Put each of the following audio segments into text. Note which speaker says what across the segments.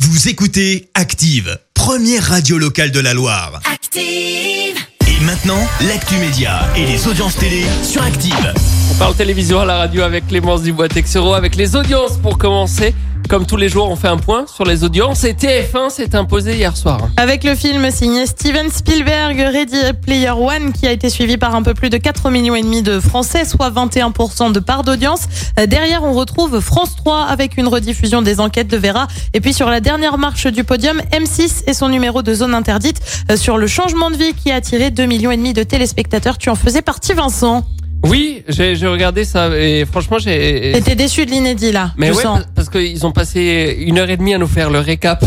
Speaker 1: Vous écoutez Active, première radio locale de la Loire.
Speaker 2: Active.
Speaker 1: Et maintenant, l'actu média et les audiences télé sur Active.
Speaker 3: On parle télévision à la radio avec Clémence Dubois-Texero, avec les audiences pour commencer. Comme tous les jours, on fait un point sur les audiences et TF1 s'est imposé hier soir.
Speaker 4: Avec le film signé Steven Spielberg, Ready Player One, qui a été suivi par un peu plus de 4,5 millions et demi de Français, soit 21% de part d'audience. Euh, Derrière, on retrouve France 3 avec une rediffusion des enquêtes de Vera. Et puis sur la dernière marche du podium, M6 et son numéro de zone interdite euh, sur le changement de vie qui a attiré 2,5 millions et demi de téléspectateurs. Tu en faisais partie, Vincent.
Speaker 3: Oui, j'ai j'ai regardé ça et franchement, j'ai.
Speaker 4: T'étais déçu de l'inédit, là.
Speaker 3: Mais
Speaker 4: je
Speaker 3: ouais,
Speaker 4: sens.
Speaker 3: parce- parce qu'ils ont passé une heure et demie à nous faire le récap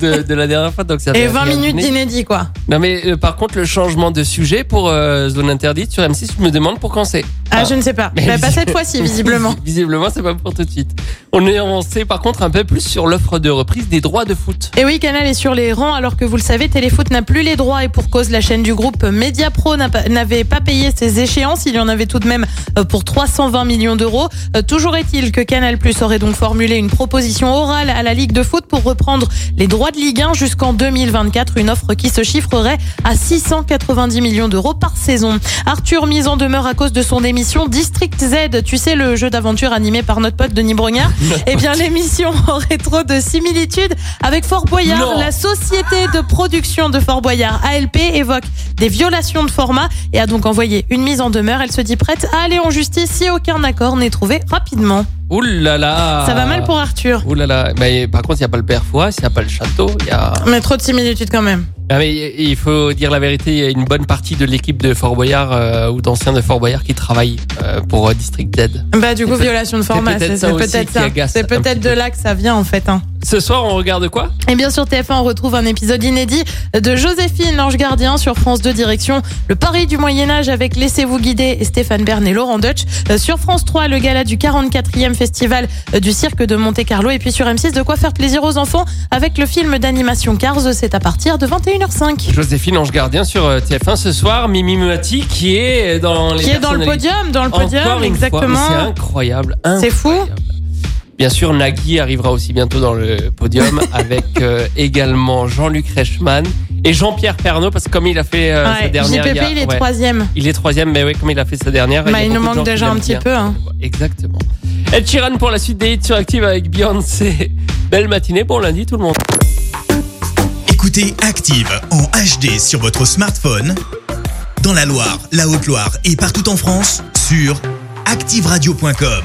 Speaker 3: de, de la dernière fois. Donc ça
Speaker 4: Et
Speaker 3: fait
Speaker 4: 20
Speaker 3: rien
Speaker 4: minutes
Speaker 3: donner.
Speaker 4: d'inédit, quoi.
Speaker 3: Non mais euh, par contre, le changement de sujet pour euh, Zone Interdite sur M6, je me demande pour quand c'est.
Speaker 4: Ah,
Speaker 3: Ah.
Speaker 4: je ne sais pas.
Speaker 3: Mais
Speaker 4: Bah, pas
Speaker 3: visi-
Speaker 4: cette fois-ci, visiblement.
Speaker 3: Visiblement, c'est pas pour tout de suite. On est avancé par contre un peu plus sur l'offre de reprise des droits de foot.
Speaker 4: Et oui, Canal est sur les rangs alors que vous le savez, Téléfoot n'a plus les droits et pour cause, la chaîne du groupe Mediapro n'a pas- n'avait pas payé ses échéances. Il y en avait tout de même euh, pour 320 millions d'euros. Euh, Toujours est-il que Canal Plus aurait donc formulé une proposition orale à la Ligue de foot pour reprendre les droits de Ligue 1 jusqu'en 2024, une offre qui se chiffrerait à 690 millions d'euros par saison. Arthur mise en demeure à cause de son émission District Z, tu sais le jeu d'aventure animé par notre pote Denis Brognard. Eh bien l'émission aurait trop de similitudes avec Fort Boyard,
Speaker 3: Non.
Speaker 4: la société de production de Fort Boyard, ALP, évoque des violations de format et a donc envoyé une mise en demeure. Elle se dit prête à aller en justice si aucun accord n'est trouvé rapidement.
Speaker 3: Ouh là là
Speaker 4: Ça va mal pour Arthur.
Speaker 3: Ouh là là, mais par contre, il n'y a pas le père Fouas, il n'y a pas le château, il y a...
Speaker 4: Mais trop de similitudes quand même.
Speaker 3: Ah, mais il faut dire la vérité, il y a une bonne partie de l'équipe de Fort Boyard euh, ou d'anciens de Fort Boyard qui travaillent euh, pour euh, District Z.
Speaker 4: Bah du
Speaker 3: C'est
Speaker 4: coup
Speaker 3: peut-
Speaker 4: violation de format,
Speaker 3: peut-être
Speaker 4: c'est
Speaker 3: ça
Speaker 4: c'est
Speaker 3: aussi
Speaker 4: peut-être
Speaker 3: qui
Speaker 4: ça.
Speaker 3: agace
Speaker 4: C'est
Speaker 3: un
Speaker 4: peut-être
Speaker 3: petit
Speaker 4: de
Speaker 3: peu.
Speaker 4: là que ça vient en fait. hein.
Speaker 3: Ce soir, on regarde quoi
Speaker 4: Et bien sur TF1, on retrouve un épisode inédit de Joséphine, l'ange gardien, sur France 2 Direction, le Paris du Moyen-Âge avec Laissez-vous guider et Stéphane Bern et Laurent Deutsch. Euh, Sur France 3, le gala du 44e festival euh, du cirque de Monte-Carlo. Et puis sur M6, de quoi faire plaisir aux enfants avec le film d'animation Cars, c'est à partir de 21h05.
Speaker 3: Joséphine Ange Gardien sur euh, TF1 ce soir, Mimi Mati qui est dans les
Speaker 4: Qui est dans le
Speaker 3: personnalités.
Speaker 4: podium, dans le
Speaker 3: Encore
Speaker 4: podium,
Speaker 3: une fois, mais C'est
Speaker 4: exactement.
Speaker 3: incroyable.
Speaker 4: C'est fou.
Speaker 3: incroyable. Bien sûr, Nagui arrivera aussi bientôt dans le podium avec euh, également Jean-Luc Reichmann et Jean-Pierre Pernaut parce que comme il a fait euh, sa
Speaker 4: Ouais,
Speaker 3: dernière,
Speaker 4: JPP,
Speaker 3: a-
Speaker 4: il est
Speaker 3: ouais,
Speaker 4: troisième.
Speaker 3: il est troisième, mais oui, comme il a fait sa dernière,
Speaker 4: Bah,
Speaker 3: y a
Speaker 4: il nous
Speaker 3: beaucoup de gens
Speaker 4: manque
Speaker 3: qui l'aiment
Speaker 4: déjà un petit
Speaker 3: bien.
Speaker 4: peu. hein.
Speaker 3: Exactement. Ed Sheeran pour la suite des hits sur Active avec Beyoncé. Belle matinée, bon lundi tout le monde.
Speaker 1: Écoutez Active en HD sur votre smartphone, dans la Loire, la Haute-Loire et partout en France, sur activeradio.com.